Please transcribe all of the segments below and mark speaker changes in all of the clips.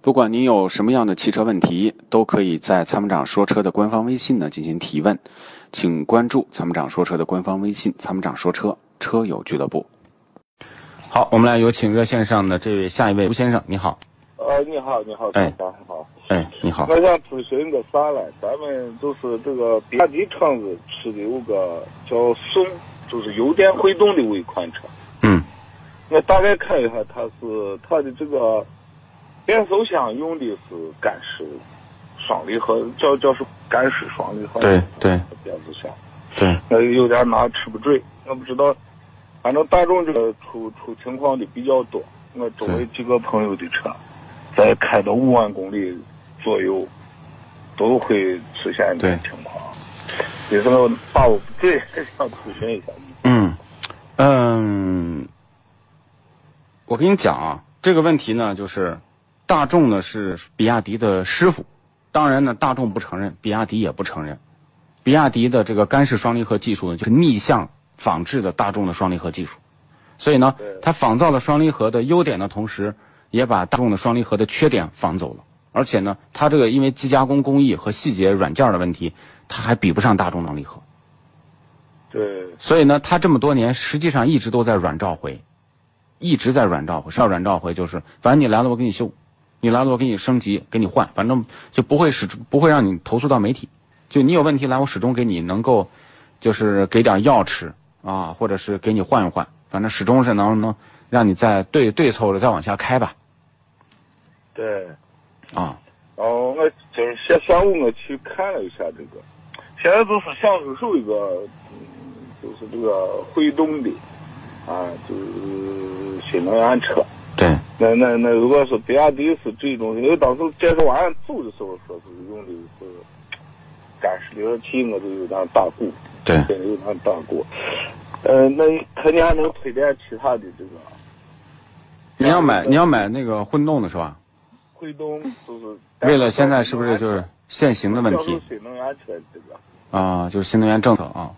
Speaker 1: 不管您有什么样的汽车问题，都可以在参谋长说车的官方微信呢进行提问，请关注参谋长说车的官方微信“参谋长说车车友俱乐部”。好，我们来有请热线上的这位下一位吴先生，你好。
Speaker 2: 呃，你好，你好，
Speaker 1: 哎
Speaker 2: 早上好。
Speaker 1: 哎，你好。
Speaker 2: 我想咨询个啥嘞？咱们就是这个比亚迪厂子出的有个叫宋，就是油电混动的尾款车。
Speaker 1: 嗯
Speaker 2: 我大概看一下，它是它的这个变速箱用的是干式双离合，叫叫是干式双离合。
Speaker 1: 对对
Speaker 2: 变速箱，
Speaker 1: 对，
Speaker 2: 我呃有点拿吃不准，我不知道。反正大众这个出出情况的比较多，我周围几个朋友的车，在开到五万公里左右，都会出现这种情况。有时候把握不准， 想咨询一下你。
Speaker 1: 嗯嗯，我跟你讲啊，这个问题呢，就是大众呢是比亚迪的师傅，当然呢，大众不承认，比亚迪也不承认。比亚迪的这个干式双离合技术呢，就是逆向仿制的大众的双离合技术，所以呢
Speaker 2: 对，
Speaker 1: 它仿造了双离合的优点的同时，也把大众的双离合的缺点仿走了。而且呢，它这个因为机加工工艺和细节软件的问题，它还比不上大众双离合。
Speaker 2: 对，
Speaker 1: 所以呢，他这么多年实际上一直都在软召回，一直在软召回。什么叫软召回？就是反正你来了我给你修，你来了我给你升级，给你换，反正就不会始不会让你投诉到媒体。就你有问题来，我始终给你能够，就是给点药吃啊，或者是给你换一换，反正始终是能能让你再对对凑着再往下开吧
Speaker 2: 对。
Speaker 1: 啊。
Speaker 2: 然后我今儿下下午我去看了一下这个，现在就是想入手一个，嗯，就是这个会动的，啊，就是新能源车。
Speaker 1: 对
Speaker 2: 那那那，如果是比亚迪是这种，因为当时介绍完走的时候说是用的是干式离合器，我就有点打鼓，
Speaker 1: 对
Speaker 2: 真的有点打鼓。呃，那肯定还能推荐其他的这个
Speaker 1: 你要买你要买那个混动的是吧？
Speaker 2: 会动，就是
Speaker 1: 为了现在是不是就是现行的问
Speaker 2: 叫做
Speaker 1: 题
Speaker 2: 新能源车这个
Speaker 1: 啊？就是新能源政策啊。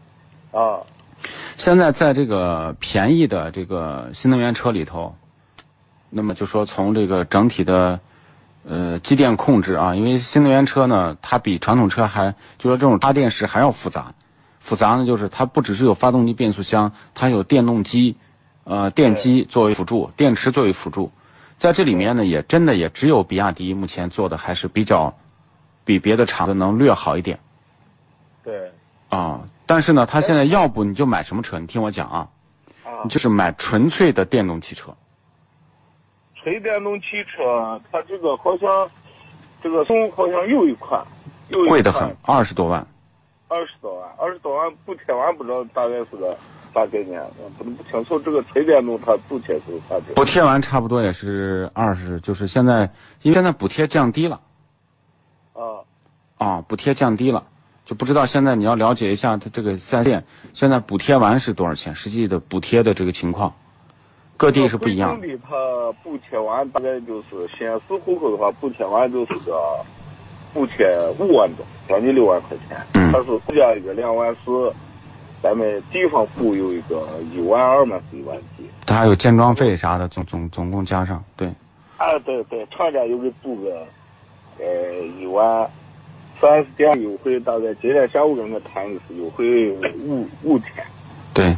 Speaker 2: 啊？
Speaker 1: 现在在这个便宜的这个新能源车里头，那么就说从这个整体的呃机电控制啊，因为新能源车呢，它比传统车还就说这种插电式还要复杂。复杂呢，就是它不只是有发动机、变速箱，它有电动机、呃电机作为辅助，电池作为辅助。在这里面呢，也真的也只有比亚迪目前做的还是比较比别的厂子能略好一点。
Speaker 2: 对
Speaker 1: 啊、但是呢，他现在要不你就买什么车？你听我讲啊，
Speaker 2: 啊
Speaker 1: 你，就是买纯粹的电动汽车。
Speaker 2: 纯电动汽车，它这个好像这个宋好像有一款，有一款
Speaker 1: 贵得很，二十多万。
Speaker 2: 二十多万，二十多万补贴完不知道大概是个啥概念，我不不清楚这个纯电动它补贴是啥的。
Speaker 1: 补贴完差不多也是二十，就是现在，因为现在补贴降低了
Speaker 2: 啊，
Speaker 1: 啊，补贴降低了，就不知道现在你要了解一下它这个三线现在补贴完是多少钱，实际的补贴的这个情况，各地是不一样的。
Speaker 2: 这个规定的它补贴完大概就是西安市户口的话，补贴完就是个补贴五万多，将近六万块钱。
Speaker 1: 嗯
Speaker 2: 它是国家一个两万四，咱们地方部有一个一万二嘛，是一万几。
Speaker 1: 它还有建装费啥的，总总总共加上，对
Speaker 2: 啊，对对，厂家又给补个，呃，一万，算是这样优惠，大概今天下午跟我谈的是优惠五五天，
Speaker 1: 对，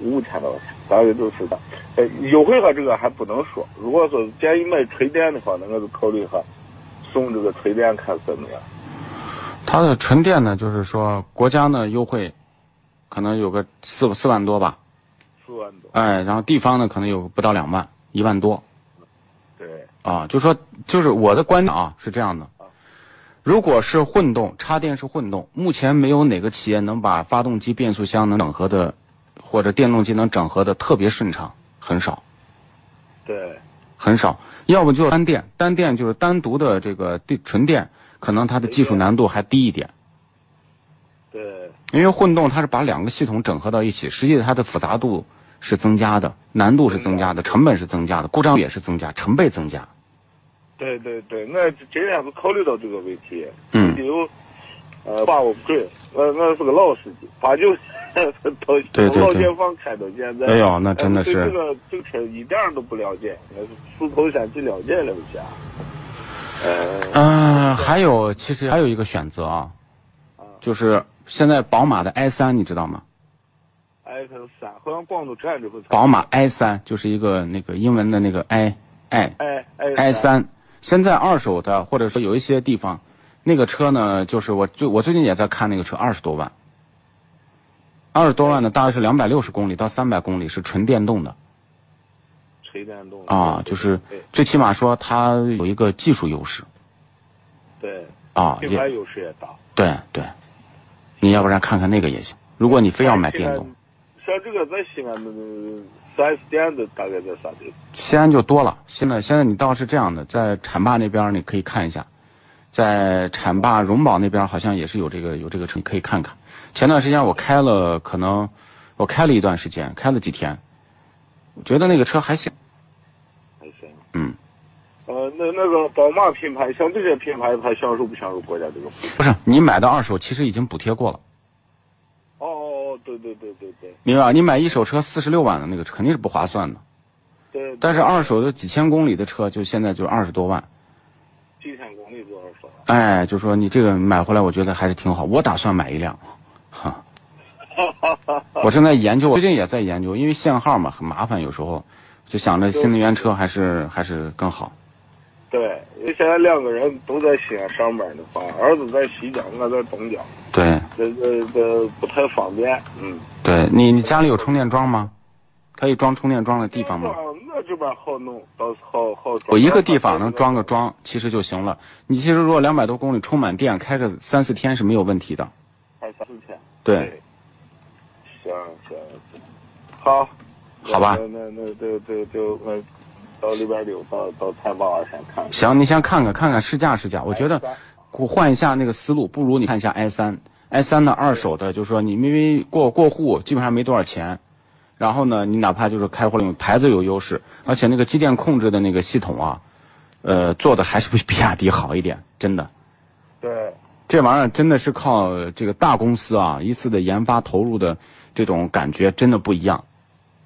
Speaker 2: 五天到钱，大概就是的。呃，优惠和这个还不能说，如果说建议买锤电的话，那我就考虑一下，送这个锤电看怎么样。
Speaker 1: 它的纯电呢，就是说国家呢优惠，可能有个四四万多吧，
Speaker 2: 四万多，
Speaker 1: 哎，然后地方呢可能有不到两万，一万多
Speaker 2: 对，
Speaker 1: 啊，就说就是我的观点啊是这样的，如果是混动插电式混动，目前没有哪个企业能把发动机、变速箱能整合的，或者电动机能整合的特别顺畅，很少
Speaker 2: 对，
Speaker 1: 很少，要不就单电，单电就是单独的这个电纯电，可能它的技术难度还低一点。
Speaker 2: 对，
Speaker 1: 因为混动它是把两个系统整合到一起，实际它的复杂度是增加的，难度是增加的，成本是增加的，故障率也是增加，成倍增加。
Speaker 2: 对对对，我今天是考虑到这个问题，
Speaker 1: 嗯
Speaker 2: 比如，呃，把我不准，我我是个老司机，八九到
Speaker 1: 对对
Speaker 2: 从老
Speaker 1: 对
Speaker 2: 解放开到现在，
Speaker 1: 哎呦那真的
Speaker 2: 呃对
Speaker 1: 是
Speaker 2: 呃这个这个车一点儿都不了解，我是从头先去了解了一下。呃，
Speaker 1: 嗯、还有其实还有一个选择啊，就是现在宝马的 i 三，你知道吗？
Speaker 2: iPhone 三，好像广州站这不是
Speaker 1: 宝马 i 三就是一个那个英文的那个 i i
Speaker 2: i
Speaker 1: i 三，现在二手的或者说有一些地方，那个车呢，就是我最我最近也在看那个车，二十多万，二十多万的大概是两百六十公里到三百公里是纯电动的
Speaker 2: 纯电动
Speaker 1: 啊，就是
Speaker 2: 对
Speaker 1: 最起码说它有一个技术优势
Speaker 2: 对，
Speaker 1: 啊，
Speaker 2: 品牌
Speaker 1: 也
Speaker 2: 优势也大。
Speaker 1: 对对，你要不然看看那个也行，如果你非要买电动，
Speaker 2: 像这个在西安的呃四 S 店的大概在啥地方？
Speaker 1: 西安就多了。现在现在你倒是这样的，在浐灞那边你可以看一下，在浐灞荣宝那边好像也是有这个有这个车，你可以看看。前段时间我开了，可能我开了一段时间，开了几天，我觉得那个车还行。
Speaker 2: 还行。
Speaker 1: 嗯，
Speaker 2: 呃，那那个宝马品牌，像这些品牌，它享受不享受国家这个补贴？
Speaker 1: 不是你买的二手，其实已经补贴过了，
Speaker 2: 哦哦哦，对对对对对
Speaker 1: 明白吧？你买一手车四十六万的那个肯定是不划算的，
Speaker 2: 对。
Speaker 1: 但是二手的几千公里的车，就现在就二十多万。
Speaker 2: 几千公里多少分？啊
Speaker 1: 哎，就说你这个买回来，我觉得还是挺好。我打算买一辆，哈，我正在研究，我最近也在研究，因为限号嘛很麻烦，有时候就想着新能源车还是还是更好。
Speaker 2: 对，因为现在两个人都在西安上班的话，儿子在西江，我在东江，
Speaker 1: 对
Speaker 2: 这这这不太方便。嗯，
Speaker 1: 对，你你家里有充电桩吗？可以装充电桩的地方吗？
Speaker 2: 我我这边好弄，倒是好好装。
Speaker 1: 我一个地方能装个桩，其实就行了。你其实如果两百多公里充满电，开个三四天是没有问题的。
Speaker 2: 二三四千。
Speaker 1: 对，
Speaker 2: 行行行，好，
Speaker 1: 好吧
Speaker 2: 那那那就就就我到礼拜六到到太保二山看看。
Speaker 1: 行，你先看看看看试驾试驾，我觉得。
Speaker 2: 哎
Speaker 1: 我换一下那个思路，不如你看一下 i 三，i 三的二手的，就是说你因为过过户基本上没多少钱，然后呢，你哪怕就是开回来用牌子有优势，而且那个机电控制的那个系统啊，呃，做的还是比比亚迪好一点，真的，
Speaker 2: 对
Speaker 1: 这玩意儿真的是靠这个大公司啊一次的研发投入的这种感觉真的不一样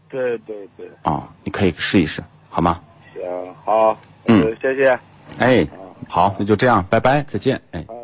Speaker 2: 对对对，
Speaker 1: 啊、你可以试一试，好吗？
Speaker 2: 行好，
Speaker 1: 嗯
Speaker 2: 呃，谢谢，
Speaker 1: 哎，好，那就这样，拜拜，再见，哎。
Speaker 2: 啊。